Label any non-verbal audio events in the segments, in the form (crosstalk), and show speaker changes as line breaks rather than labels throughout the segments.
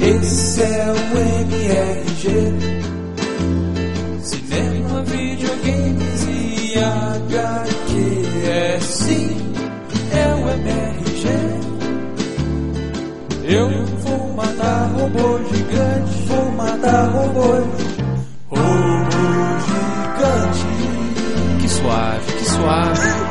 Esse é o MRG. Cinema, videogames e HQ. É sim, é o MRG. Eu vou matar robô gigante, vou matar robô. Robô gigante. Que suave, que suave.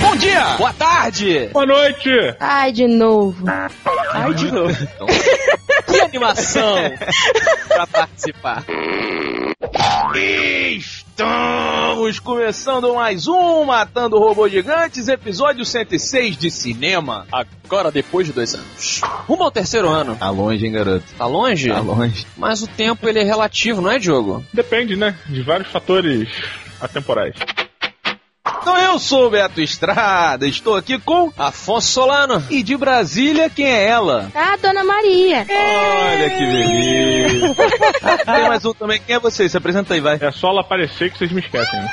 Bom dia! Boa tarde!
Boa noite!
Ai, de novo.
Ai, de novo. Então, (laughs) que animação pra participar. Estamos começando mais um Matando Robô Gigantes, episódio 106 de cinema. Agora, depois de dois anos. Rumo ao terceiro ano.
Tá longe, hein, garoto?
Tá longe?
Tá longe.
Mas o tempo, ele é relativo, não é, Diogo?
Depende, né? De vários fatores atemporais.
Então eu sou o Beto Estrada, estou aqui com Afonso Solano. E de Brasília, quem é ela?
Ah, Dona Maria.
Olha que delícia. Tem mais um também. Quem é você? Se apresenta aí, vai.
É só ela aparecer que vocês me esquecem. Né?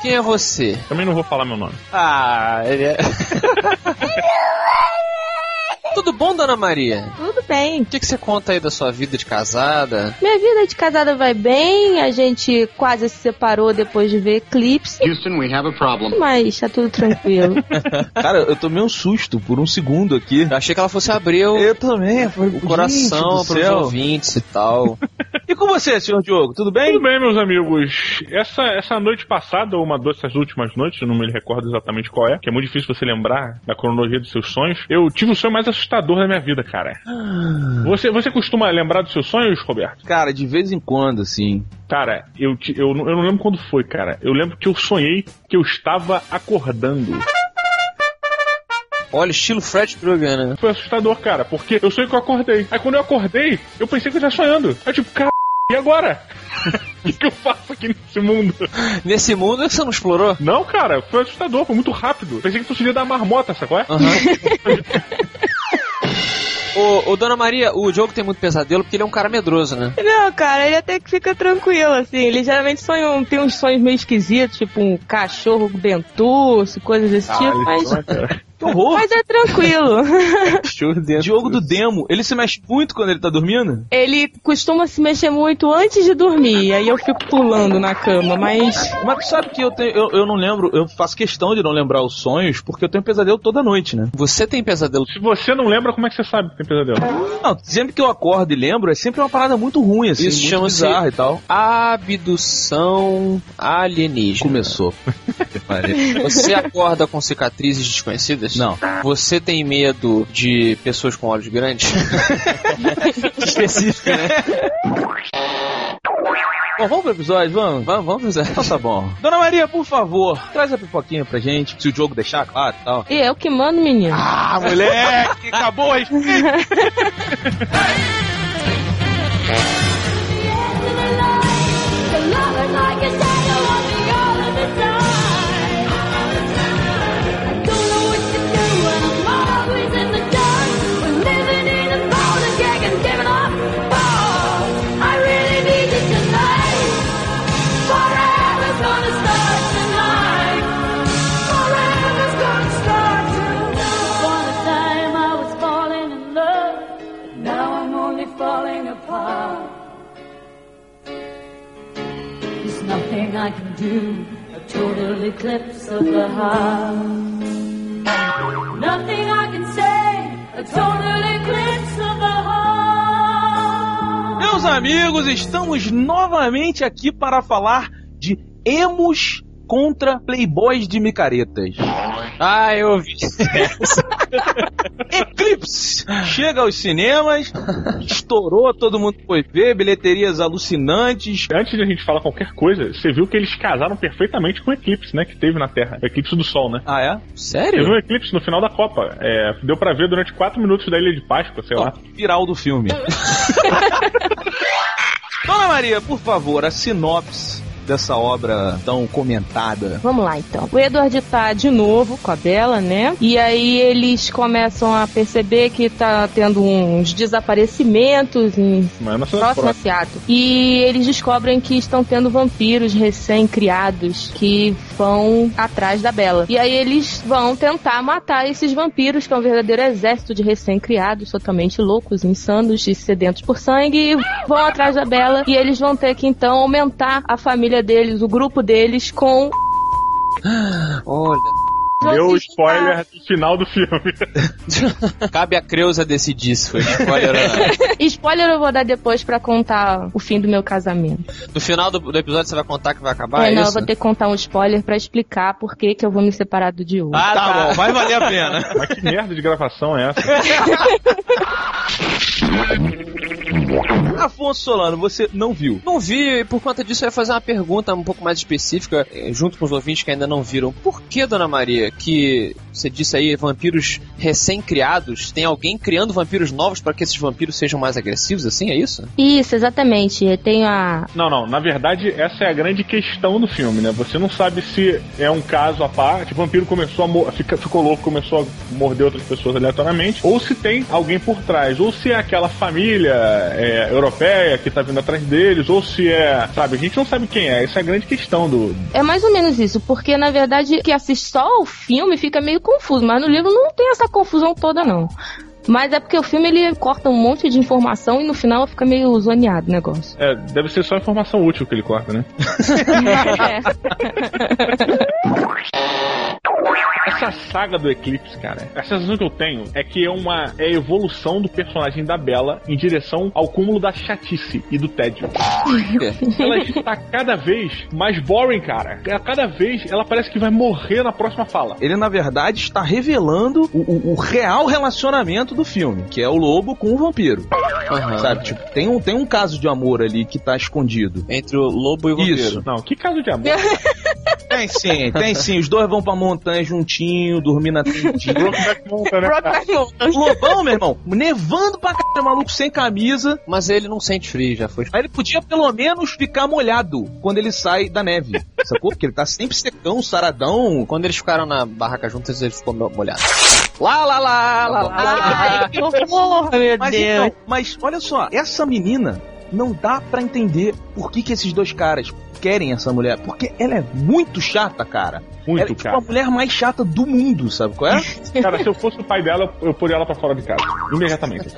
Quem é você?
Também não vou falar meu nome.
Ah, ele é... (laughs) Tudo bom, Dona Maria?
Tudo bem.
O que, que você conta aí da sua vida de casada?
Minha vida de casada vai bem, a gente quase se separou depois de ver Eclipse.
Houston, we have a problem.
Mas tá tudo tranquilo.
Cara, eu tomei um susto por um segundo aqui.
Eu achei que ela fosse abrir o,
Eu também, foi
o coração pros ouvintes e tal. e com você, senhor Diogo, tudo bem?
Tudo bem, meus amigos. Essa, essa noite passada, ou uma dessas últimas noites, eu não me recordo exatamente qual é, que é muito difícil você lembrar da cronologia dos seus sonhos, eu tive o sonho mais assustador assustador da minha vida, cara. Você, você costuma lembrar dos seus sonhos, Roberto?
Cara, de vez em quando, assim.
Cara, eu, te, eu, eu não lembro quando foi, cara. Eu lembro que eu sonhei que eu estava acordando.
Olha, estilo Fred Krueger, né?
Foi assustador, cara, porque eu sonhei que eu acordei. Aí quando eu acordei, eu pensei que eu estava sonhando. Aí tipo, cara, e agora? (laughs) O que eu faço aqui nesse mundo?
Nesse mundo você não explorou?
Não, cara, foi assustador, foi muito rápido. Pensei que fosse o dia da marmota, é? sacou? Uhum.
(laughs) Ô, ô, Dona Maria, o Diogo tem muito pesadelo porque ele é um cara medroso, né?
(laughs) Não, cara, ele até que fica tranquilo, assim. Ele geralmente sonha, um, tem uns sonhos meio esquisitos, tipo um cachorro bentuço, coisas desse ah, tipo, mas. Sonha,
Que horror!
Mas é tranquilo. (laughs)
Diogo do Demo, ele se mexe muito quando ele tá dormindo?
Ele costuma se mexer muito antes de dormir, aí eu fico pulando na cama, mas.
Mas sabe que eu, tenho, eu, eu não lembro, eu faço questão de não lembrar os sonhos, porque eu tenho pesadelo toda noite, né?
Você tem pesadelo?
Se você não lembra, como é que você sabe que tem pesadelo?
Não, sempre que eu acordo e lembro, é sempre uma parada muito ruim, assim.
Isso
muito
chama-se
bizarra e tal.
abdução alienígena.
Começou.
Você acorda com cicatrizes desconhecidas?
Não.
Você tem medo de pessoas com olhos
(laughs)
grandes? Específico, né?
Bom, vamos pro episódio, vamos?
Vamos, vamos fazer.
Então tá bom. Dona Maria, por favor, traz a pipoquinha pra gente, se o jogo deixar, claro e tal.
E eu que mando, menino.
Ah, moleque, acabou aí.
nothing I can do. A total eclipse of the heart. Nothing I can say. A total eclipse of the heart.
Meus amigos, estamos novamente aqui para falar de emos contra playboys de micaretas.
Ah, eu ouvi. (laughs)
Eclipse chega aos cinemas, estourou, todo mundo foi ver, bilheterias alucinantes.
Antes de a gente falar qualquer coisa, você viu que eles casaram perfeitamente com o eclipse, né, que teve na Terra, o eclipse do Sol, né?
Ah, é?
Sério?
Teve um eclipse no final da Copa. É, deu para ver durante 4 minutos da Ilha de Páscoa, sei lá.
Viral do filme. Dona Maria, por favor, a sinopse dessa obra tão comentada?
Vamos lá então. O Edward tá de novo com a Bela, né? E aí eles começam a perceber que tá tendo uns desaparecimentos em
Mas nessa
próximo a
próxima.
Seattle. E eles descobrem que estão tendo vampiros recém-criados que vão atrás da Bela. E aí eles vão tentar matar esses vampiros, que é um verdadeiro exército de recém-criados, totalmente loucos, insanos e sedentos por sangue, e vão atrás da Bela. E eles vão ter que então aumentar a família deles, o grupo deles, com.
Olha.
vão
Deu
se
o
juntar.
(laughs) spoiler do final do filme.
Cabe a Creuza decidir se foi spoiler ou não.
Spoiler eu vou dar depois pra contar o fim do meu casamento.
No final do, do episódio você vai contar que vai acabar
é,
isso?
não, eu vou ter que contar um spoiler pra explicar por que, que eu vou me separar do Diogo.
Ah, tá, bom, vai valer a pena.
Mas que merda de gravação é essa?
(laughs) Afonso Solano, você não viu.
Não vi, e por conta disso eu ia fazer uma pergunta um pouco mais específica, eh, junto com os ouvintes que ainda não viram. Por que, dona Maria, que você disse aí, vampiros recém-criados, tem alguém criando vampiros novos para que esses vampiros sejam mais agressivos, assim? É isso?
Isso, exatamente. Tem a.
Não, não. Na verdade, essa é a grande questão do filme, né? Você não sabe se é um caso a par, tipo, o vampiro começou a mo- fica, ficou louco, começou a morder outras pessoas aleatoriamente, ou se tem alguém por trás, ou se é aquela família é, europeia que tá vindo atrás deles, ou se é. Sabe, a gente não sabe quem é. Essa é a grande questão do.
É mais ou menos isso, porque na verdade que assiste só o filme fica meio confuso, mas no livro não tem essa confusão toda, não. Mas é porque o filme ele corta um monte de informação e no final fica meio zoneado o
(laughs)
negócio.
É, deve ser só informação útil que ele corta, né?
É,
Essa saga do Eclipse, cara, a sensação que eu tenho é que é uma é a evolução do personagem da Bela em direção ao cúmulo da chatice e do (laughs) tédio. Ela está cada vez mais boring, cara. A Cada vez ela parece que vai morrer na próxima fala.
Ele, na verdade, está revelando o, o- o real relacionamento do filme, que é o lobo com o vampiro.
Aham.
Sabe? Tipo, tem um, tem um caso de amor ali que tá escondido.
Entre o lobo e o vampiro.
Isso.
Não, que caso de amor. (laughs)
Tem sim, tem sim. Os dois vão pra montanha juntinho, dormir
(laughs)
na tendinha.
Brokeback Mountain, né? cara?
Lobão, meu irmão, nevando pra caralho, maluco sem camisa.
Mas ele não sente frio, já foi.
Aí ele podia pelo menos ficar molhado quando ele sai da neve. Sacou? Porque ele tá sempre secão, saradão.
Quando eles ficaram na barraca juntas, ele ficou molhado. Lá, lá, lá, lá, lá, lá, lá.
Ah,
Ai, que horror, meu
Mas
Deus.
então, mas olha só, essa menina não dá pra entender por que, que esses dois caras querem essa mulher. Porque ela é muito chata, cara. ela é
Muito,
tipo,
cara.
a mulher mais chata do mundo, sabe qual é?
Cara, se eu fosse o pai dela, eu poria ela pra fora de casa. (laughs) Imediatamente.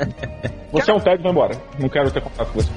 Você é um tédio, vai embora. Não quero ter contato com você.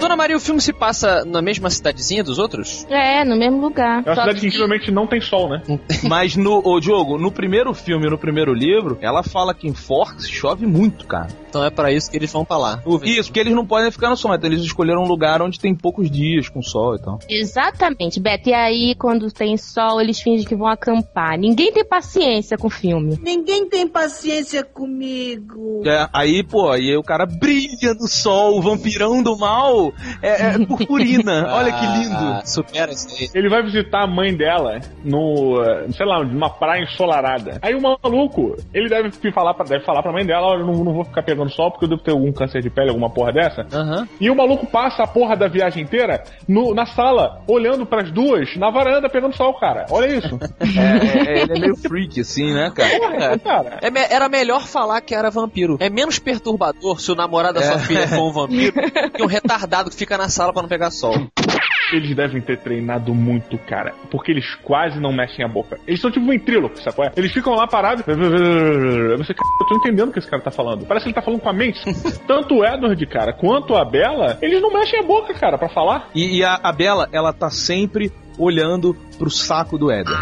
Dona Maria, o filme se passa na mesma cidadezinha dos outros?
É, no mesmo lugar.
É uma
Só
cidade que
que-
incrivelmente não tem sol, né?
Mas no ô, Diogo, no primeiro filme, no primeiro livro, ela fala que em Forks chove muito, cara.
Então é pra isso que eles vão pra lá.
Isso, porque eles não podem ficar no sol, então eles escolheram um lugar onde tem poucos dias com sol e tal.
Exatamente, Beto. E aí, quando tem sol, eles fingem que vão acampar. Ninguém tem paciência com o filme.
Ninguém tem paciência comigo.
É, aí, pô, aí o cara brilha no sol, o vampirão do mal é, é
(laughs)
purpurina. Olha que lindo.
Ah, supera isso aí.
Ele vai visitar a mãe dela no, eh, sei lá, numa praia ensolarada. Aí o maluco, ele deve fi- falar pra, deve falar pra mãe dela, olha, eu não, não vou ficar pegando sol porque eu devo ter algum câncer de pele, alguma porra dessa.
Aham.
E o maluco passa a porra da viagem inteira no- na sala, olhando pras duas, na varanda, pegando sol, cara. Olha isso.
(laughs) É, é, ele é meio freak, assim, né, cara?
Porra, cara.
É me- era melhor falar que era vampiro. É menos perturbador se o namorado da
É.
sua filha
(laughs)
for um vampiro que um retardado que fica na sala pra não pegar sol.
Eles devem ter treinado muito, cara. Porque eles quase não mexem a boca. Eles são tipo ventrílocos, sabe? qual é? Eles ficam lá parados. Você, cara, eu tô entendendo o que esse cara tá falando. Parece que ele tá falando com a mente. Tanto o Edward, cara, quanto a Bela, eles não mexem a boca, cara, pra falar.
E, e a, a Bela, ela tá sempre olhando pro saco do Éder.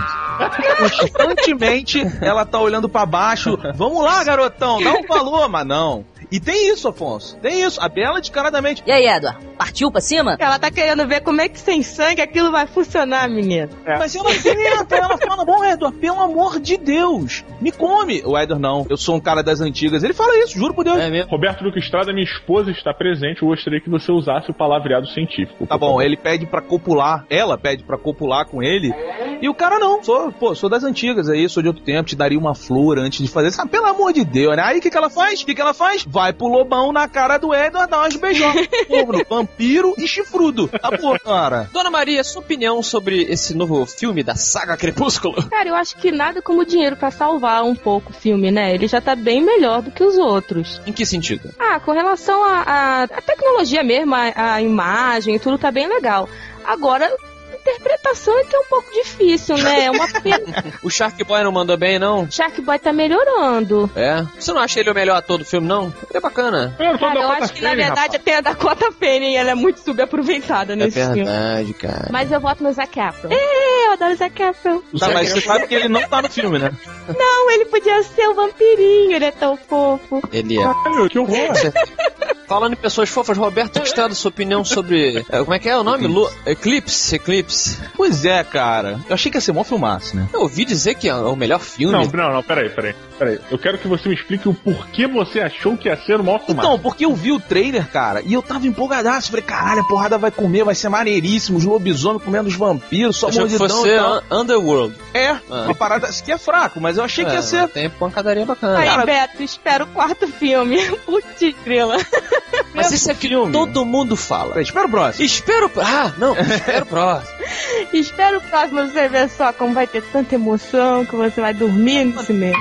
Constantemente ela tá olhando pra baixo. Vamos lá, garotão, dá um valor, mas não. E tem isso, Afonso. Tem isso. A Bela descaradamente.
E aí, Edward? Partiu pra cima?
Ela tá querendo ver como é que sem sangue aquilo vai funcionar, menina.
Mas ela tenta, ela fala, bom, Edward, pelo amor de Deus, me come. O Edward não, eu sou um cara das antigas. Ele fala isso, juro por Deus.
É mesmo?
Roberto Duque Estrada, minha esposa está presente. Eu gostaria que você usasse o palavreado científico.
Tá bom, ele pede pra copular, ela pede pra copular com ele, E o cara não, sou, pô, sou das antigas aí, sou de outro tempo, te daria uma flor antes de fazer isso. Ah, pelo amor de Deus, né? Aí o que, que ela faz? O que, que ela faz? Vai pro lobão na cara do Edward, dá umas beijocas. Corno, vampiro e chifrudo. Tá bom, cara.
Dona Maria, sua opinião sobre esse novo filme da saga Crepúsculo?
Cara, eu acho que nada como dinheiro pra salvar um pouco o filme, né? Ele já tá bem melhor do que os outros.
(laughs) Em que sentido?
Ah, com relação à à- à tecnologia mesmo, à à imagem, tudo tá bem legal. Agora, interpretação é que é um pouco difícil, né? É uma pena.
O Shark Boy não mandou bem, não?
Shark Boy tá melhorando.
É? Você não acha ele o melhor ator do filme, não? Ele é bacana.
Eu não sou
Cara, eu
Dakota
acho que na
Fanning,
verdade até a Dakota Fanning ela é muito subaproveitada
É
nesse filme.
cara.
Mas eu voto no Zac Efron. É, eu adoro o Zac Efron.
Tá, mas você sabe que ele não tá no filme, né?
Não, ele podia ser o vampirinho, ele é tão fofo.
Ele é.
rapaz. Caralho, que horror.
Falando em pessoas fofas, Roberto Estrada, sua opinião (laughs) sobre. é, Como é que é o nome? Lu- Eclipse? Eclipse.
Pois é, cara. Eu achei que ia ser mó filmaço, né?
Eu ouvi dizer que é o melhor filme.
Não, não, não, peraí, peraí. Peraí, eu quero que você me explique o porquê você achou que ia ser o maior fumaça.
Então, porque eu vi o trailer, cara, e eu tava empolgadaço. Falei, caralho, a porrada vai comer, vai ser maneiríssimo. Os lobisomens comendo os vampiros, só
Achei que
mordidão
fosse
e tal.
Un- Underworld.
É,
Ah.
uma parada que é fraco, mas eu achei que
É,
ia ser.
Tem pancadaria bacana.
Aí,
cara-
Beto, espera o quarto filme. (laughs) Putz, grila.
mas isso é que todo mundo fala.
Peraí, espera o próximo.
Espero. Ah, (laughs) não, espero o próximo.
Espera o próximo você ver só como vai ter tanta emoção que você vai dormir no cinema.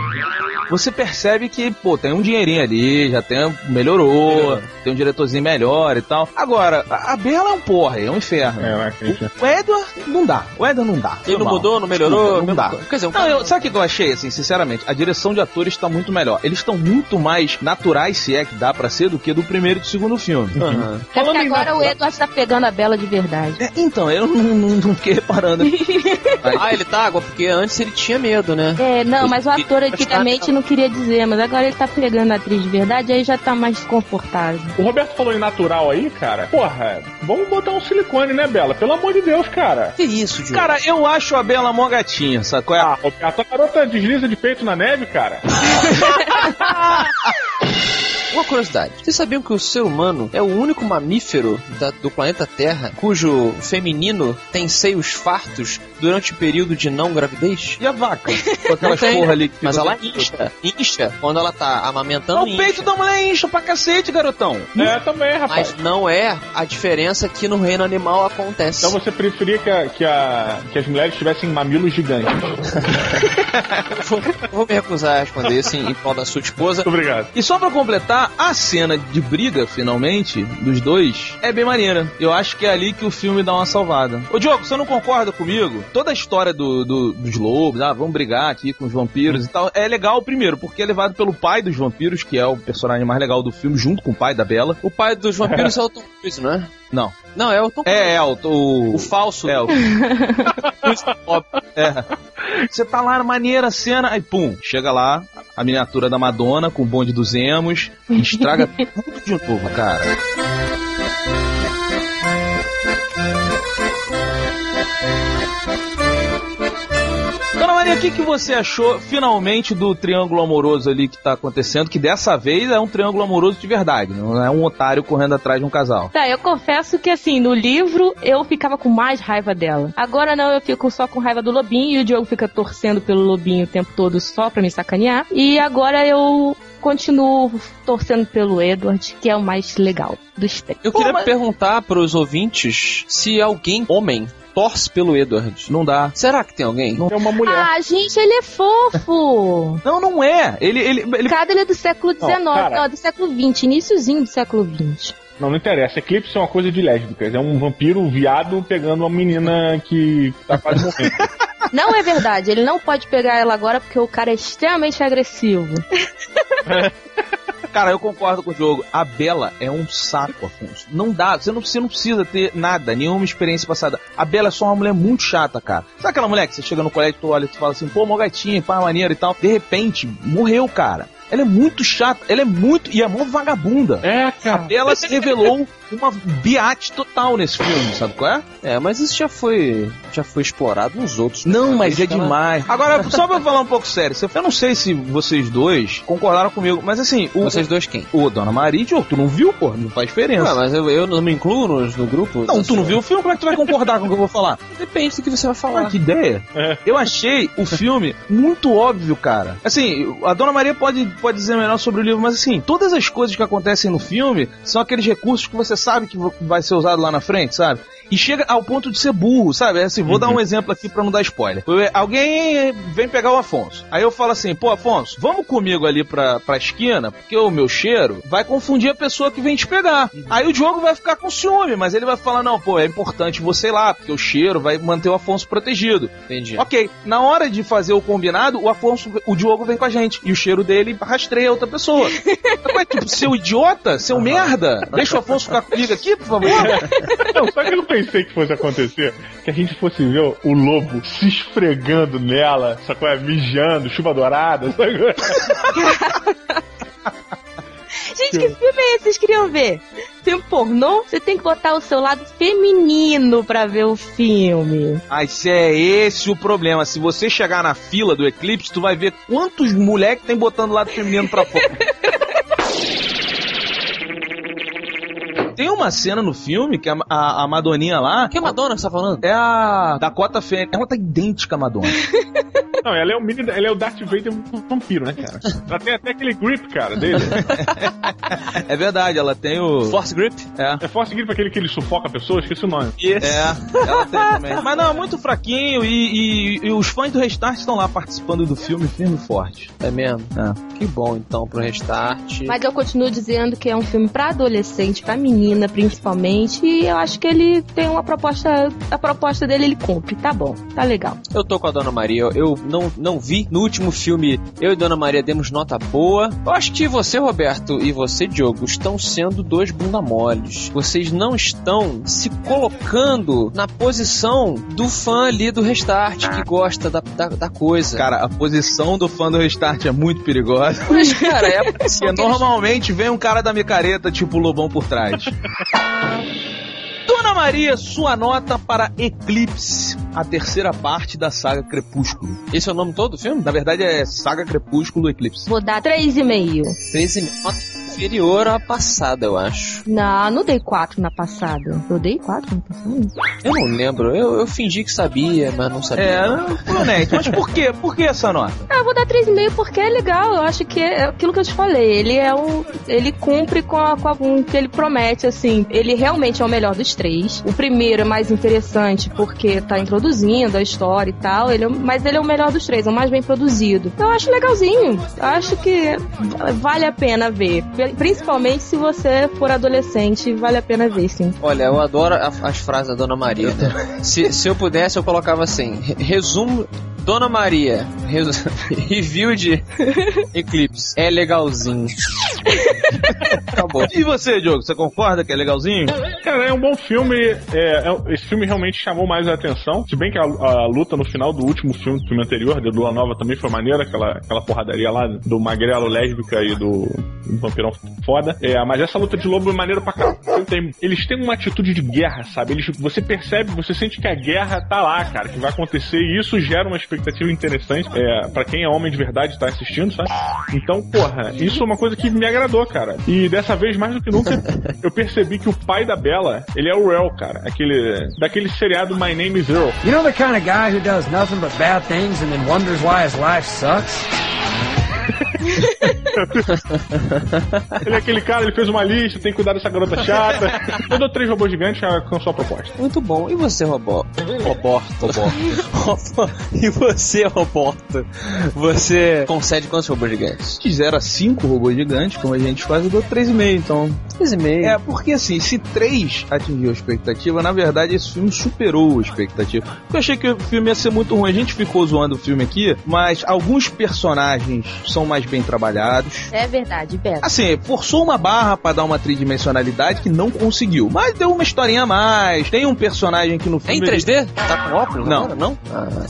Você percebe que, pô, tem um dinheirinho ali, já tem, melhorou, tem um diretorzinho melhor e tal. Agora, a a Bela é um porra, é um inferno.
É, vai, Cristian.
O Edward não dá, o Edward não dá.
Ele
Foi
não
mal.
mudou, não melhorou?
Não
mesma
dá.
coisa. Quer dizer, um
Não, eu, sabe o que que eu achei, assim, sinceramente? A direção de atores está muito melhor. Eles estão muito mais naturais, se é que dá pra ser, do que do primeiro e do segundo filme.
Aham.
É porque agora o Edward tá pegando a Bela de verdade.
É, então, eu não, não- não fiquei reparando. Mas-
Ah, ele tá água, porque antes ele tinha medo, né?
(laughs) É, não, mas o (laughs) ator antigamente não queria dizer, mas agora ele tá pegando a atriz de verdade, aí já tá mais confortável.
O Roberto falou em natural aí, cara. Porra, vamos botar um silicone, né, Bela? Pelo amor de Deus, cara.
Que isso, Diogo?
Cara, eu acho a Bela mó gatinha, sacou? É
Ah, Roberto, a tua garota desliza de peito na neve, cara.
Uma curiosidade. Vocês sabiam que o ser humano é o único mamífero da- do planeta Terra cujo feminino tem seios fartos durante o período de não gravidez?
E
(laughs)
a vaca? Com aquelas
Não tem.
porra ali que
Mas
ficam-
ela incha. Incha quando ela tá amamentando.
Ah, o peito
incha.
da mulher incha pra cacete, garotão.
É, também, rapaz.
Mas não é a diferença que no reino animal acontece.
Então você preferia que, a- que, a- que as mulheres tivessem mamilos gigantes.
Eu vou, eu vou me recusar a responder isso em, em prol da sua esposa.
Muito
(laughs)
obrigado.
E só pra completar, a cena de briga, finalmente, dos dois, é bem maneira. Eu acho que é ali que o filme dá uma salvada. Ô, Diogo, você não concorda comigo? Toda a história do, do- dos lobos, ah, vamos brigar aqui com os vampiros e tal, é legal, primeiro, porque é levado pelo pai dos vampiros, que é o personagem mais legal do filme, junto com o pai da Bela.
O pai dos vampiros é o Tom Cruise, não é?
Não.
Não, é o Tom Cruise.
É, é, o... o
O falso.
é, o... (laughs) É. Você tá lá, maneira, cena, aí pum, chega lá, a miniatura da Madonna com o bonde dos Emos, estraga tudo de novo, cara. Dona Maria, o que, que você achou finalmente do triângulo amoroso ali que tá acontecendo? Que dessa vez é um triângulo amoroso de verdade, não é um otário correndo atrás de um casal.
Tá, eu confesso que assim, no livro eu ficava com mais raiva dela. Agora não, eu fico só com raiva do lobinho e o Diogo fica torcendo pelo lobinho o tempo todo só pra me sacanear. E agora eu continuo torcendo pelo Edward, que é o mais legal dos três.
Eu
Pô,
queria
mas-
perguntar pros ouvintes se alguém, homem, torce pelo Edward.
Não dá.
Será que tem alguém?
É uma mulher.
Ah, gente, ele é fofo!
Não, não é. Ele, ele, ele
Cara, ele é do século XIX, não,
cara.
é do século XX, iníciozinho do século XX.
Não, não interessa. Eclipse é uma coisa de lésbicas. É um vampiro viado pegando uma menina que tá quase morrendo.
Não é verdade, ele não pode pegar ela agora porque o cara é extremamente agressivo.
Cara, eu concordo com o Diogo. A Bela é um saco, Afonso. Não dá, você não, você não precisa ter nada, nenhuma experiência passada. A Bela é só uma mulher muito chata, cara. Sabe aquela mulher que você chega no colégio, tu olha e tu fala assim, pô, mó gatinha, pá, maneira e tal. De repente, morreu, cara. Ela é muito chata, ela é muito. E é mó vagabunda.
É,
A
cara.
Bela se revelou uma biate total nesse filme, sabe qual é?
É, mas isso já foi, já foi explorado nos outros.
Não, mas é
Ela-
demais. Agora, só pra eu falar um pouco sério, eu não sei se vocês dois concordaram comigo, mas assim, o,
Vocês dois quem?
Ô, Dona Maria, idiota, tu não viu, pô? Não faz diferença.
Ué, mas eu, eu não me incluo no, no grupo?
Não, tu não viu o filme? Como é que tu vai concordar com o que eu vou falar?
Depende do que você vai
Ah,
falar.
que ideia.
É.
Eu achei o filme muito óbvio, cara. Assim, a Dona Maria pode, pode dizer melhor sobre o livro, mas assim, todas as coisas que acontecem no filme são aqueles recursos que você sabe que vo- vai ser usado lá na frente, sabe? E chega ao ponto de ser burro, sabe? É Assim, vou dar um exemplo aqui pra não dar spoiler. Eu- é, Alguém vem pegar o Afonso. Aí eu falo assim, pô, Afonso, vamos comigo ali pra, pra esquina, porque o meu cheiro vai confundir a pessoa que vem te pegar. Aí o Diogo vai ficar com ciúme, mas ele vai falar, não, pô, é importante você ir lá, porque o cheiro vai manter o Afonso protegido.
Entendi.
Ok, na hora de fazer o combinado, o Afonso, o Diogo vem com a gente. E o cheiro dele rastreia outra pessoa. Ué, tipo, seu idiota, seu merda, deixa o Afonso ficar comigo aqui, por favor.
Não, só que eu não pensei que fosse acontecer que a gente fosse ver o lobo se esfregando nela, só que mijando, chuva dourada, só que...
Gente, que filme é esse? Vocês queriam ver? Filme pornô? Você tem que botar o seu lado feminino pra ver o filme.
Mas se é esse o problema. Se você chegar na fila do Eclipse, tu vai ver quantos moleques tem botando o lado feminino pra fora. Tem uma cena no filme que a, a, a Madoninha lá
Que Madonna que você tá falando?
é a Dakota Fênix. Ela tá idêntica à Madonna.
Não, ela é o mini, ela é o Darth Vader vampiro, né, cara? Ela tem até aquele grip, cara, dele.
É verdade, ela tem o.
Force Grip?
É.
É forte grip aquele que ele sufoca a pessoa, esqueci o nome.
É, ela tem também. Mas não, é muito fraquinho e, e- e os fãs do Restart estão lá participando do filme firme e forte.
É mesmo? Que bom, então, pro restart.
Mas eu continuo dizendo que é um filme pra adolescente, pra menina principalmente, e eu acho que ele tem uma proposta, a proposta dele ele cumpre, tá bom, tá legal.
Eu tô com a Dona Maria, eu- eu não, não vi. No último filme, eu e Dona Maria demos nota boa. Eu acho que você, Roberto, e você, Diogo, estão sendo dois bunda moles. Vocês não estão se colocando na posição do fã ali do Restart, que gosta da, da, da coisa.
Cara, a posição do fã do Restart é muito
(laughs)
perigosa.
mas, cara, é a posição que
Porque
eles-
normalmente vem um cara da micareta, tipo Lobão por trás. Dona Maria, sua nota para Eclipse, a terceira parte da saga Crepúsculo.
Esse é o nome todo do filme?
Na verdade é saga Crepúsculo Eclipse.
Vou dar 3,5.
13 nota inferior à passada, eu acho.
Não, não dei 4 na passada. Eu dei 4 na passada?
Eu não lembro, eu, eu fingi que sabia, mas não sabia.
É, foi honesto. Mas por quê? Por que essa nota?
Ah, eu vou dar 3,5 porque é legal. Eu acho que é aquilo que eu te falei. Ele é o. Ele cumpre com, a, com a- com o que ele promete, assim. Ele realmente é o melhor dos três. O primeiro é mais interessante porque tá introduzindo a história e tal. Ele é o- mas ele é o melhor dos três, é o mais bem produzido. Eu acho legalzinho. Eu acho que vale a pena ver. Principalmente se você for adolescente, vale a pena ver, sim.
Olha, eu adoro a- as frases da Dona Maria. né? Se, se eu pudesse, eu colocava assim: re- resumo. Dona Maria, resu- (laughs) review de Eclipse. É legalzinho. Acabou.
E você, Diogo, você concorda que é (laughs) legalzinho?
Cara, é um bom filme. é, é- esse filme realmente chamou mais a atenção. Se bem que a, a luta no final do último filme, do filme anterior, de Lua Nova, também foi maneira. Aquela, aquela porradaria lá do magrelo lésbica e do, do vampirão foda. É, mas essa luta de lobo é maneira pra caralho. Tem- Eles têm uma atitude de guerra, sabe? Eles, você percebe, você sente que a guerra tá lá, cara, que vai acontecer. E isso gera uma expectativa interessante é, para quem é homem de verdade e tá assistindo, sabe? Então, porra, isso é uma coisa que me agradou, cara. E dessa vez, mais do que nunca, eu percebi que o pai da Bela, ele é o Earl, cara. Aquele, daquele seriado My Name is Earl.
You know the kind of guy who does nothing but bad things and then wonders why his life sucks?
Ele é aquele cara, ele fez uma lista, tem que cuidar dessa garota chata. Eu dou três robôs gigantes, já alcançou a proposta.
Muito bom. E você, Robó? Roborto. Robó. E você, Roborto? Você concede quantos robôs gigantes?
De 0 a 5 robô gigante, como a gente faz, eu dou 3,5, então.
3,5.
É, porque assim, se 3 atingiu a expectativa, na verdade esse filme superou a expectativa. Porque eu achei que o filme ia ser muito ruim. A gente ficou zoando o filme aqui, mas alguns personagens são mais bem trabalhados.
É verdade, Beto.
Assim, forçou uma barra pra dar uma tridimensionalidade que não conseguiu. Mas deu uma historinha a mais. Tem um personagem que
É
no
em
filme. ele-
3D? Tá com óculos?
Não.
agora, não?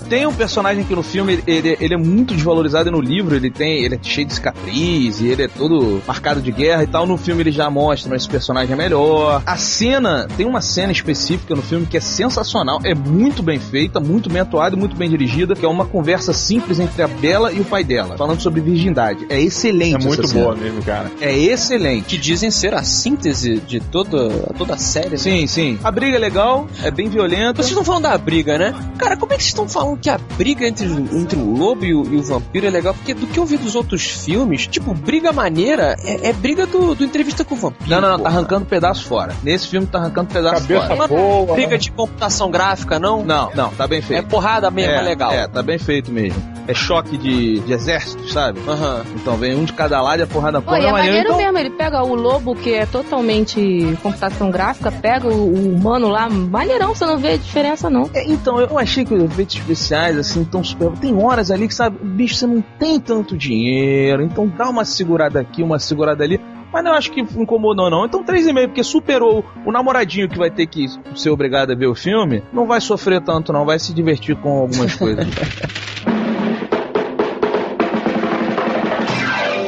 Tem um personagem que no filme ele, ele é muito desvalorizado e no livro ele tem ele é cheio de cicatriz e ele é todo marcado de guerra e tal. No filme eles já mostram esse personagem é melhor. A cena, tem uma cena específica no filme que é sensacional, é muito bem feita, muito bem atuada, e muito bem dirigida, que é uma conversa simples entre a Bela e o pai dela, falando sobre virgindade. É excelente
É muito
essa cena.
boa mesmo, cara.
É excelente.
Que dizem ser a síntese de toda, toda a série. Né?
Sim, sim. A briga é legal, é bem violenta.
Vocês estão falando da briga, né? Cara, como é que vocês estão falando que a briga entre, entre o lobo e o, e o vampiro é legal? Porque do que eu vi dos outros filmes, tipo, briga maneira é, é briga do, do entrevista com o vampiro.
Não, não, não,
pô.
tá arrancando pedaço fora. Nesse filme tá arrancando pedaço
Cabeça
fora.
boa.
Briga de computação gráfica, não?
Não, não, tá bem feito.
É porrada mesmo, é, legal.
É, tá bem feito mesmo. É choque de, de exército, sabe?
Aham.
Então vem um de cada lado e a porrada
Pô,
porra
e
é
é
maneiro.
maneiro
Então,
mesmo, ele pega o lobo que é totalmente computação gráfica, pega o, o humano lá, maneirão, você não vê a diferença não.
É, então, eu achei que os efeitos especiais, assim, tão super. Tem horas ali que, sabe, bicho, você não tem tanto dinheiro, então dá uma segurada aqui, uma segurada ali. Mas não acho que incomodou, não. Então, 3,5, porque superou o namoradinho que vai ter que ser obrigado a ver o filme, não vai sofrer tanto, não. Vai se divertir com algumas coisas.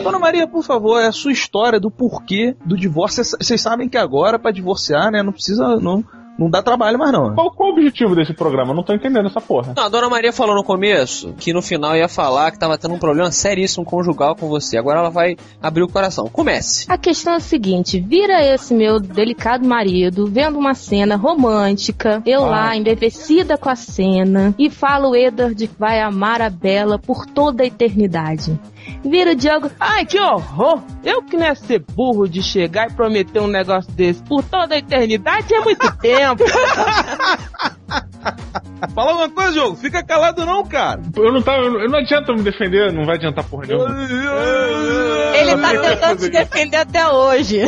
Dona Maria, por favor, é a sua história do porquê do divórcio. Vocês- Vocês sabem que agora, pra divorciar, né, não precisa. Não, não dá trabalho mais, não. né?
Qual, qual o objetivo desse programa? Eu não tô entendendo essa porra.
Não, a dona Maria falou no começo que no final ia falar que tava tendo um problema seríssimo conjugal com você. Agora ela vai abrir o coração. Comece.
A questão é a seguinte: vira esse meu delicado marido vendo uma cena romântica, eu lá embevecida com a cena, e fala o Edward que vai amar a Bela por toda a eternidade. Vira o Diogo,
Ai, que horror! Eu que não ia ser burro de chegar e prometer um negócio desse por toda a eternidade é muito
(laughs)
tempo.
Fala alguma coisa, jogo. Fica calado, não, cara.
Eu não, tava, eu não adianta me defender, não vai adiantar porra nenhuma.
Ele
tá
tá
tentando se defender até hoje.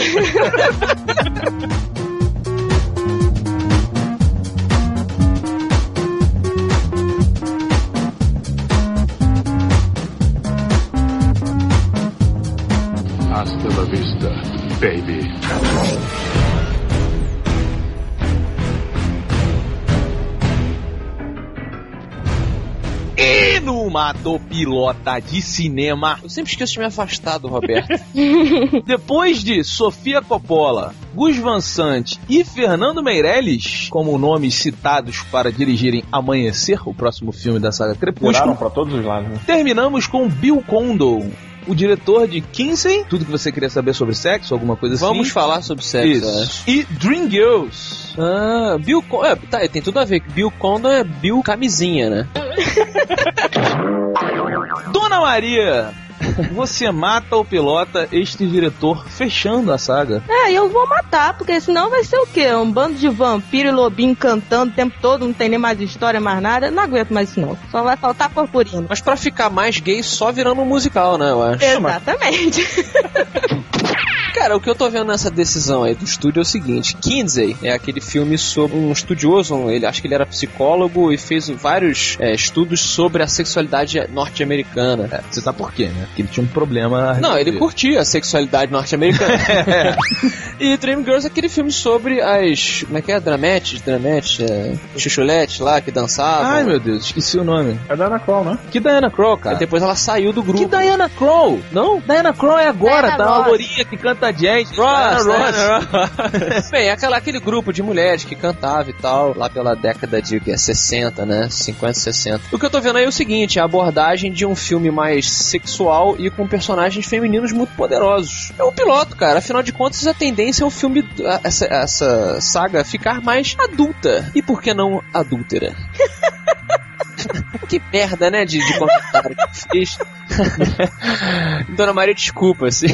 Hasta la vista, baby.
E numa pilota de cinema.
Eu sempre esqueço de me afastar do Roberto.
Depois de Sofia Coppola, Gus Van Sant e Fernando Meirelles, como nomes citados para dirigirem Amanhecer, o próximo filme da saga
Pularam
Crepúsculo,
pra todos os lados. né?
terminamos com Bill Condon, o diretor de Kinsey, tudo que você queria saber sobre sexo, alguma coisa assim.
Vamos falar sobre sexo. né?
Isso. E Dream Girls.
Ah, Bill Con é, tá, tem tudo a ver. que Bill Condon é Bill Camisinha, né?
Dona Maria, você mata ou pilota este diretor fechando a saga?
é, eu vou matar, porque senão vai ser o quê? Um bando de vampiro e lobinho cantando o tempo todo, não tem nem mais história, mais nada, não aguento mais isso não. Só vai faltar purpurina.
Mas pra ficar mais gay só virando um musical, né? Eu acho.
Exatamente.
É.
Cara, o que eu tô vendo nessa decisão aí do estúdio é o seguinte: Kinsey é aquele filme sobre um estudioso, um- ele acho que ele era psicólogo e fez vários é, estudos sobre a sexualidade norte-americana.
É, você tá por quê, né? Porque ele tinha um problema. a
Não, ele
resolver.
curtia a sexualidade
(laughs)
norte-americana. (laughs) e Dreamgirls é aquele filme sobre as. Como é que é? Drametes? Drametes? É, chuchulete lá que dançavam.
Ai, meu Deus, esqueci o nome.
É da Anacol, né?
Que Diana Crow, cara.
Aí depois ela saiu do grupo.
Que Diana Crow? Não? Diana Crow é agora,
Diana
tá? Uma
Ross.
lourinha que canta jazz.
Ross, né?
Diana
(laughs) Bem, aquela, aquele grupo de mulheres que cantava e tal, lá pela década de que é, 60, né? 50, 60. O que eu tô vendo aí é o seguinte, a abordagem de um filme mais sexual e com personagens femininos muito poderosos. É um piloto, cara. Afinal de contas, a tendência é o filme, a- essa, essa saga, ficar mais adulta. E por que não adúltera? (laughs) Que merda, né, de, de comentário que eu fiz. (laughs) Dona Maria, desculpa, se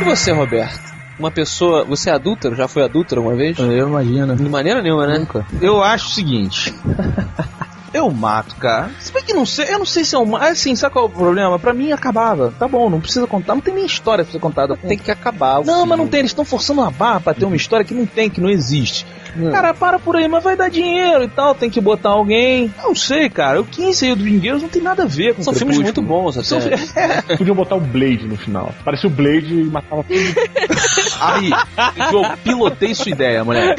E você, Roberto? Uma pessoa. Você é adúltero? Já foi adúltero alguma vez?
Eu imagino.
De maneira nenhuma, né?
Eu acho o seguinte. Eu mato, cara. Se bem que não sei, eu não sei se é um. Assim, sabe qual é o problema? Pra mim acabava. Tá bom, não precisa contar, não tem nem história pra ser contada.
Tem que acabar. o
Não, mas
filme.
não tem, eles estão forçando a barra pra ter uma história que não tem, que não existe. Cara, para por aí, mas vai dar dinheiro e tal, tem que botar alguém. Não sei, cara. O 15 e o Vingueiros não tem nada a ver com
São filmes muito bons, até.
São fi-
(laughs)
(laughs)
Podiam botar o Blade no final. Parecia o Blade e matava todo mundo.
Aí, eu pilotei sua ideia, mulher.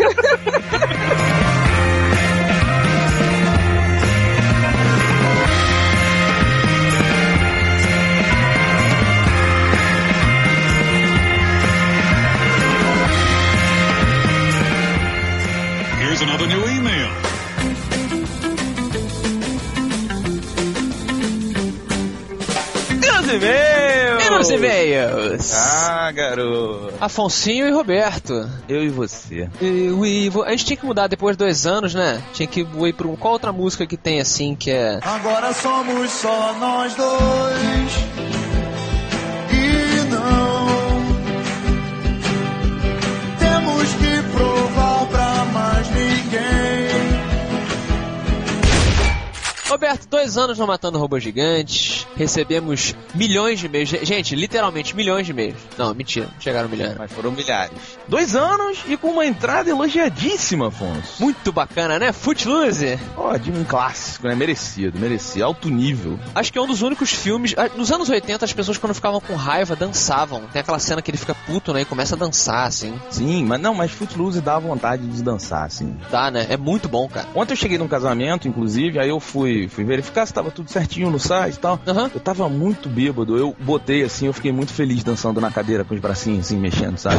Here's another new email.
Meus e-mails!
E meus e-mails?
Ah, garoto.
Afonsinho e Roberto.
Eu e você.
Eu e vo- A gente tinha que mudar depois de dois anos, né? Tinha que ir pra um. Qual outra música que tem assim que é.
Agora somos só nós dois. E não temos que provar pra mais ninguém.
Roberto, dois anos não matando robôs gigantes. Recebemos milhões de e-mails. Gente, literalmente milhões de e-mails. Não, mentira, não chegaram milhões.
Mas foram milhares. Dois anos e com uma entrada elogiadíssima, Afonso.
Muito bacana, né? Footloose.
Ó, de um clássico, né? Merecido, merecido. Alto nível.
Acho que é um dos únicos filmes. ah, Nos anos 80, as pessoas, quando ficavam com raiva, dançavam. Tem aquela cena que ele fica puto, né? E começa a dançar, assim.
Sim, mas não, mas Footloose dá vontade de dançar, assim.
Dá, né? É muito bom, cara.
Ontem eu cheguei num casamento, inclusive, aí eu fui, fui verificar se tava tudo certinho no site e tal.
Aham.
Eu tava muito bêbado, eu botei assim, eu fiquei muito feliz dançando na cadeira com os bracinhos assim, mexendo, sabe?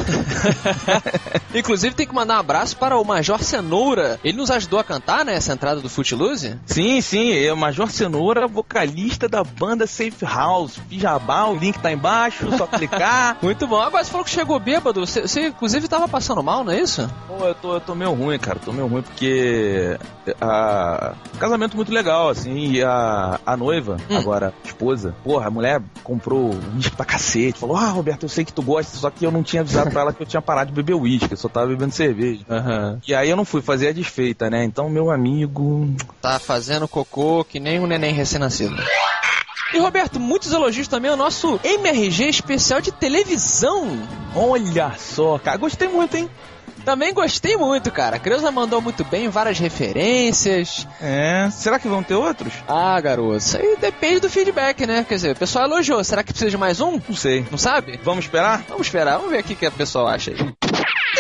Inclusive, tem que mandar um abraço para o Major Cenoura. Ele nos ajudou a cantar, né? Essa entrada do Footloose.
sim, sim, é o Major Cenoura, vocalista da banda Safe House, Pijabá, o link tá embaixo, só clicar.
Muito bom. Agora você falou que chegou bêbado. Você, você, inclusive, tava passando mal, não é isso?
Pô, eu tô, eu tô meio ruim, cara, tô meio ruim porque. A... Casamento muito legal, assim, e a, a noiva,
Hum.
agora esposa, porra, a mulher comprou uísque pra cacete, falou: Ah, Roberto, eu sei que tu gosta, só que eu não tinha avisado pra ela que eu tinha parado de beber uísque, eu só tava bebendo cerveja. E aí eu não fui fazer a desfeita, né? Então, meu amigo.
Tá fazendo cocô que nem um neném recém-nascido. E Roberto, muitos elogios também ao nosso MRG especial de televisão.
Olha só, cara, gostei muito, hein?
Também gostei muito, cara. A Creuza mandou muito bem, várias referências.
É. Será que vão ter outros?
Ah, garoto, isso aí depende do feedback, né? Quer dizer, o pessoal elogiou. Será que precisa de mais um?
Não sei.
Não sabe?
Vamos esperar?
Vamos esperar, vamos ver o que que a pessoa acha aí.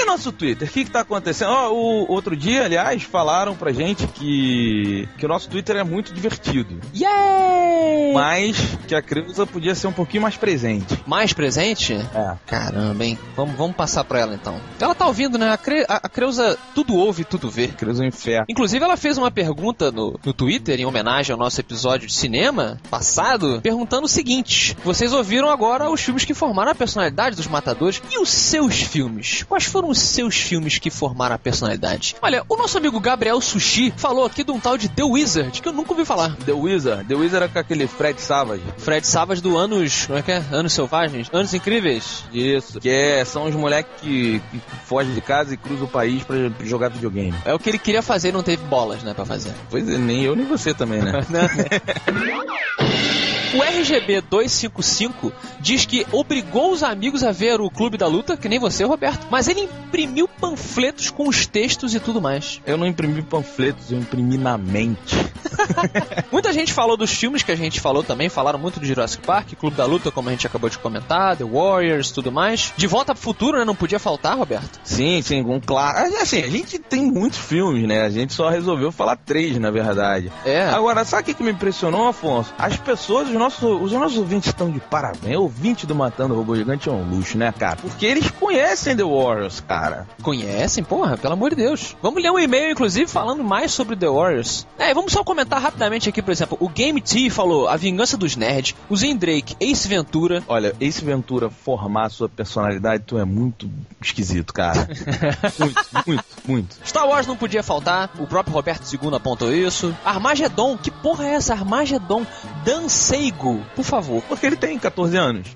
E nosso Twitter? O que, que tá acontecendo? Ó, o outro dia, aliás, falaram pra gente que, que o nosso Twitter é muito divertido.
Yay!
Mas que a Creuza podia ser um pouquinho mais presente.
Mais presente?
É.
Caramba, hein? Vamos, vamos passar pra ela então. Ela tá ouvindo, né? A, Cre... a- a Creuza tudo ouve, tudo vê.
Creuza é um inferno.
Inclusive, ela fez uma pergunta no, no Twitter, em homenagem ao nosso episódio de cinema passado, perguntando o seguinte: Vocês ouviram agora os filmes que formaram a personalidade dos matadores e os seus filmes? Quais foram os seus filmes que formaram a personalidade? Olha, o nosso amigo Gabriel Sushi falou aqui de um tal de The Wizard, que eu nunca ouvi falar.
The Wizard. The Wizard é com aquele Fred Savage.
Fred Savage do Anos. Como é que é? Anos Selvagens? Anos Incríveis?
Isso. Que é, são os moleques que, que fogem de casa e cruzam o país pra jogar videogame.
É o que ele queria fazer e não teve bolas, né, pra fazer.
Pois é, nem eu nem você também, né?
O RGB 255 diz que obrigou os amigos a ver o Clube da Luta, que nem você, Roberto, mas ele imprimiu panfletos com os textos e tudo mais.
eu não imprimi panfletos, eu imprimi na mente.
Muita gente falou dos filmes que a gente falou também, falaram muito do Jurassic Park, Clube da Luta, como a gente acabou de comentar, The Warriors, tudo mais. De Volta pro Futuro, né, não podia faltar, Roberto.
Sim, sim, um claro. Assim, a gente tem muitos filmes, né? A gente só resolveu falar três, na verdade.
É.
Agora, sabe o que que me impressionou, Afonso? As pessoas, os nossos, os nossos ouvintes estão de parabéns. O ouvinte do Matando Robô Gigante é um luxo, né, cara? Porque eles conhecem The Warriors, cara.
Conhecem, porra, pelo amor de Deus. Vamos ler um e-mail, inclusive, falando mais sobre The Warriors. É, e vamos só comentar rapidamente aqui, por exemplo, o Game T falou A Vingança dos Nerds, o Zen Drake, Ace Ventura.
Olha, Ace Ventura formar a sua personalidade, tu é muito esquisito, cara. muito, muito, muito.
Star Wars não podia faltar, o próprio Roberto II apontou isso. Armagedon, que porra é essa? Armagedon, Dan Seigo, por favor.
Porque ele tem 14 anos.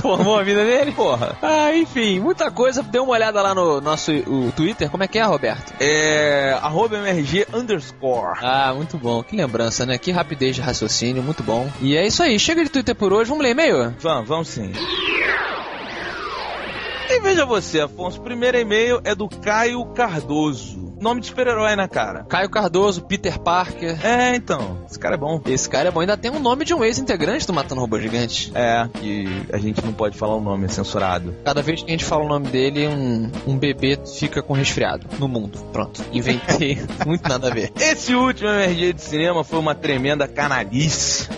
Formou a vida dele?
Porra.
Ah, enfim, muita coisa. Dê uma olhada lá no nosso o Twitter. Como é que é, Roberto?
É. Arroba MRG underscore.
Ah, muito bom. Que lembrança, né? Que rapidez de raciocínio, muito bom. E é isso aí. Chega de Twitter por hoje. Vamos ler e-mail?
Vamos, vamos sim. E veja você, Afonso, o primeiro e-mail é do Caio Cardoso. Nome de super-herói na cara.
Caio Cardoso, Peter Parker.
É, então. Esse cara é bom.
Esse cara é bom. Ainda tem o nome de um ex-integrante do Matando Robô Gigante.
É, e a gente não pode falar o nome, é censurado.
Cada vez que a gente fala o nome dele, um, um bebê fica com resfriado no mundo. Pronto. Inventei. (laughs) Muito nada a ver.
Esse último emergente de cinema foi uma tremenda canalice.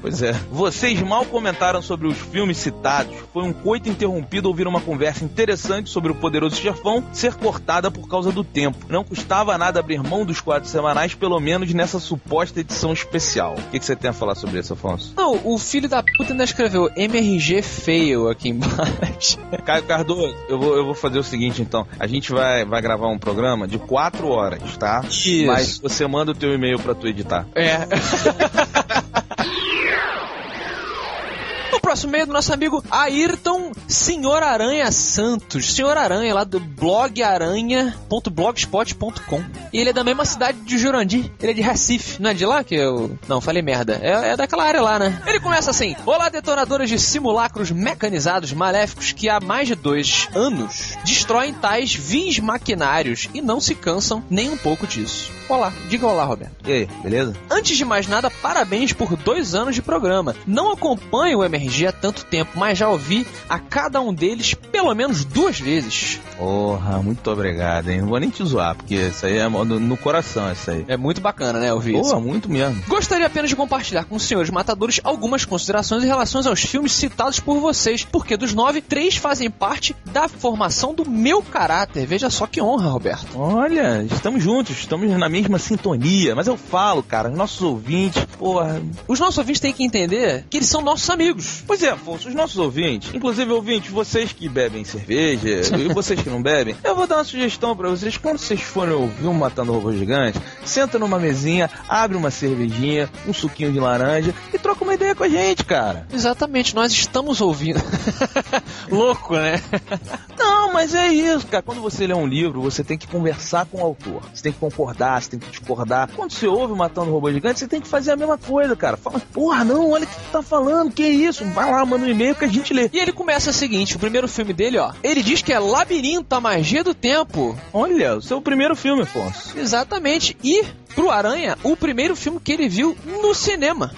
Pois é. Vocês mal comentaram sobre os filmes citados. Foi um coito interrompido ouvir uma conversa interessante sobre o poderoso chefão ser cortada por causa do tempo. Não custava nada abrir mão dos quadros semanais, pelo menos nessa suposta edição especial. O que, que você tem a falar sobre isso, Afonso?
Não, o filho da puta ainda escreveu MRG Fail aqui embaixo.
É. Caio Cardoso, eu vou, eu vou fazer o seguinte então. A gente vai, vai gravar um programa de quatro horas, tá?
Isso.
Mas você manda o teu e-mail pra tu editar.
(laughs) É. O próximo meio do nosso amigo Ayrton Senhor Aranha Santos. Senhor Aranha, lá do blogaranha.blogspot.com. E ele é da mesma cidade de Jurandir. Ele é de Recife. Não é de lá que eu. Não, falei merda. É, é daquela área lá, né? Ele começa assim: Olá, detonadores de simulacros mecanizados maléficos que há mais de dois anos destroem tais vins maquinários e não se cansam nem um pouco disso. Olá, diga olá, Roberto.
E aí, beleza?
Antes de mais nada, parabéns por dois anos de programa. Não acompanho o MRG há tanto tempo, mas já ouvi a cada um deles pelo menos duas vezes.
Porra, muito obrigado, hein? Não vou nem te zoar, porque isso aí é no, no coração, isso aí.
É muito bacana, né, ouvir isso.
Porra, muito mesmo.
Gostaria apenas de compartilhar com os senhores matadores algumas considerações em relação aos filmes citados por vocês, porque dos nove, três fazem parte da formação do meu caráter. Veja só que honra, Roberto.
Olha, estamos juntos, estamos na mesma sintonia. Mas eu falo, cara, os nossos ouvintes, porra.
Os nossos ouvintes têm que entender que eles são nossos amigos.
Pois é, Afonso, os nossos ouvintes, inclusive ouvintes, vocês que bebem (laughs) cerveja e vocês que não bebem, eu vou dar uma sugestão pra vocês. Quando vocês forem ouvir um Matando Robô Gigante, senta numa mesinha, abre uma cervejinha, um suquinho de laranja e troca uma ideia com a gente, cara.
Exatamente, nós estamos ouvindo. Louco, né?
(laughs) Não, mas é isso, cara. Quando você lê um livro, você tem que conversar com o autor. Você tem que concordar, você tem que discordar. Quando você ouve Matando Robô Gigante, você tem que fazer a mesma coisa, cara. Fala, porra, não, olha o que tu tá falando, que isso? Vai lá, manda um e-mail que a gente lê.
E ele começa o seguinte: o primeiro filme dele, ó. Ele diz que é Labirinto, a magia do tempo.
Olha, o seu primeiro filme, Afonso.
Exatamente. E, pro Aranha, o primeiro filme que ele viu no cinema.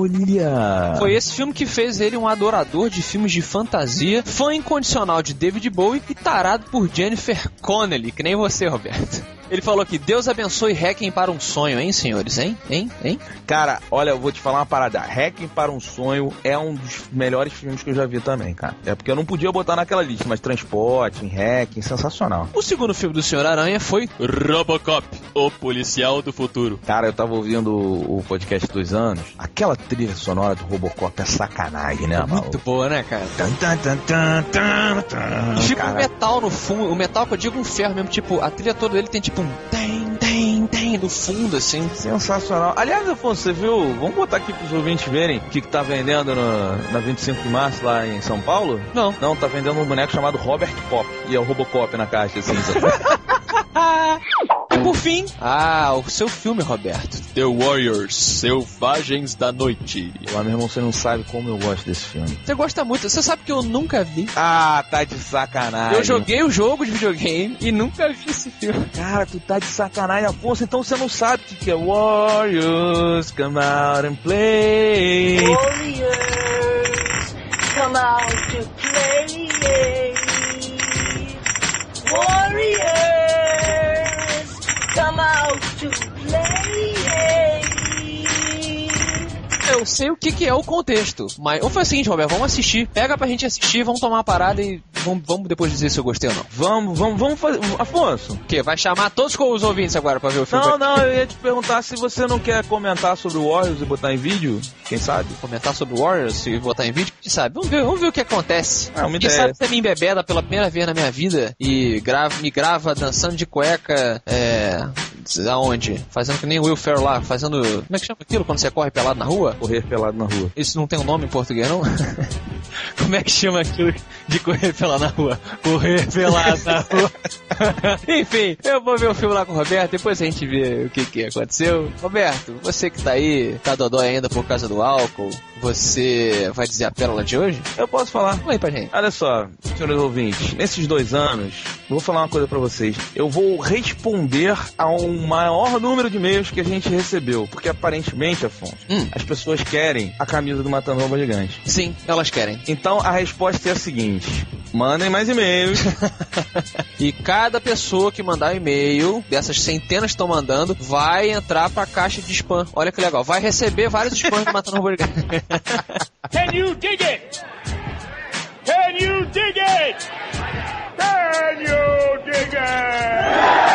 Olha!
Foi esse filme que fez ele um adorador de filmes de fantasia, fã incondicional de David Bowie e tarado por Jennifer Connelly, que nem você, Roberto. Ele falou que Deus abençoe Hacking para um sonho, hein, senhores? Hein? Hein? Hein?
Cara, olha, eu vou te falar uma parada. Hacking para um sonho é um dos melhores filmes que eu já vi também, cara. É porque eu não podia botar naquela lista, mas Transporte, Hacking, sensacional.
O segundo filme do Senhor Aranha foi Robocop, o policial do futuro.
Cara, eu tava ouvindo o o podcast dos anos. Aquela trilha sonora do Robocop é sacanagem, né, maluco?
Muito boa, né, cara?
Tan, tan, tan, tan, tan, tan.
E fica um
Cara,
metal no fundo, o metal que eu digo um ferro mesmo, tipo, a trilha toda dele tem tipo um tem, tem, tem no fundo, assim.
Sensacional. Aliás, Afonso, você viu? Vamos botar aqui pros ouvintes verem o que, que tá vendendo no- na 25 de março lá em São Paulo?
Não.
Não, tá vendendo um boneco chamado Robert Pop. E é o Robocop na caixa, assim. (laughs) sabe?
Ah, E por fim, ah, o seu filme, Roberto. The Warriors, Selvagens da Noite.
Mas, meu irmão, você não sabe como eu gosto desse filme.
Você gosta muito, você sabe que eu nunca vi.
Ah, tá de sacanagem.
eu joguei o jogo de videogame e nunca vi esse filme.
Cara, tu tá de sacanagem, Afonso, então você não sabe o que, que é Warriors, come out and play.
Warriors, come out to play. Warriors, come out to play.
Eu sei o que, que é o contexto, mas ou foi o seguinte, Roberto, vamos assistir, pega pra gente assistir, vamos tomar uma parada e vamos, vamos depois dizer se eu gostei ou não.
Vamos, vamos, vamos fazer. Afonso,
O quê? Vai chamar todos os ouvintes agora pra ver o filme?
não,
Vai
não, eu ia te perguntar se você não quer comentar sobre o Warriors e botar em vídeo, quem sabe?
Comentar Tá sobre o Warriors e botar em vídeo, quem sabe? Vamos ver, vamos ver o que acontece.
Ah, uma
Quem
ideia.
sabe
é
você me embebeda pela primeira vez na minha vida e grava, me grava dançando de cueca, é. Aonde? Fazendo que nem o Will Ferrell lá, fazendo. Como é que chama aquilo quando você corre pelado na rua?
Correr pelado na rua.
(laughs)
Isso não tem um nome em português, não? Como é que chama aquilo de correr pelado
lá na rua. Morrer pelado na rua. (laughs) Enfim, eu vou ver o filme lá com o Roberto, depois a gente vê o que, que aconteceu. Roberto, você que tá aí, tá dodói ainda por causa do álcool, você vai dizer a pérola de hoje?
Eu posso falar?
Oi pra gente.
Olha só, senhores ouvintes, nesses dois anos, vou falar uma coisa pra vocês. Eu vou responder a um maior número de e-mails que a gente recebeu, porque aparentemente, Afonso,
Hum.
as pessoas querem a camisa do Matando Rouba Gigante.
Sim, elas querem.
Então a resposta é a seguinte: mandem mais e-mails.
E cada pessoa que mandar um e-mail, dessas centenas que estão mandando, vai entrar pra caixa de spam. Olha que legal, vai receber vários spams do Matando Robô Gigante.
Can you dig it? Can you dig it? Can you dig it?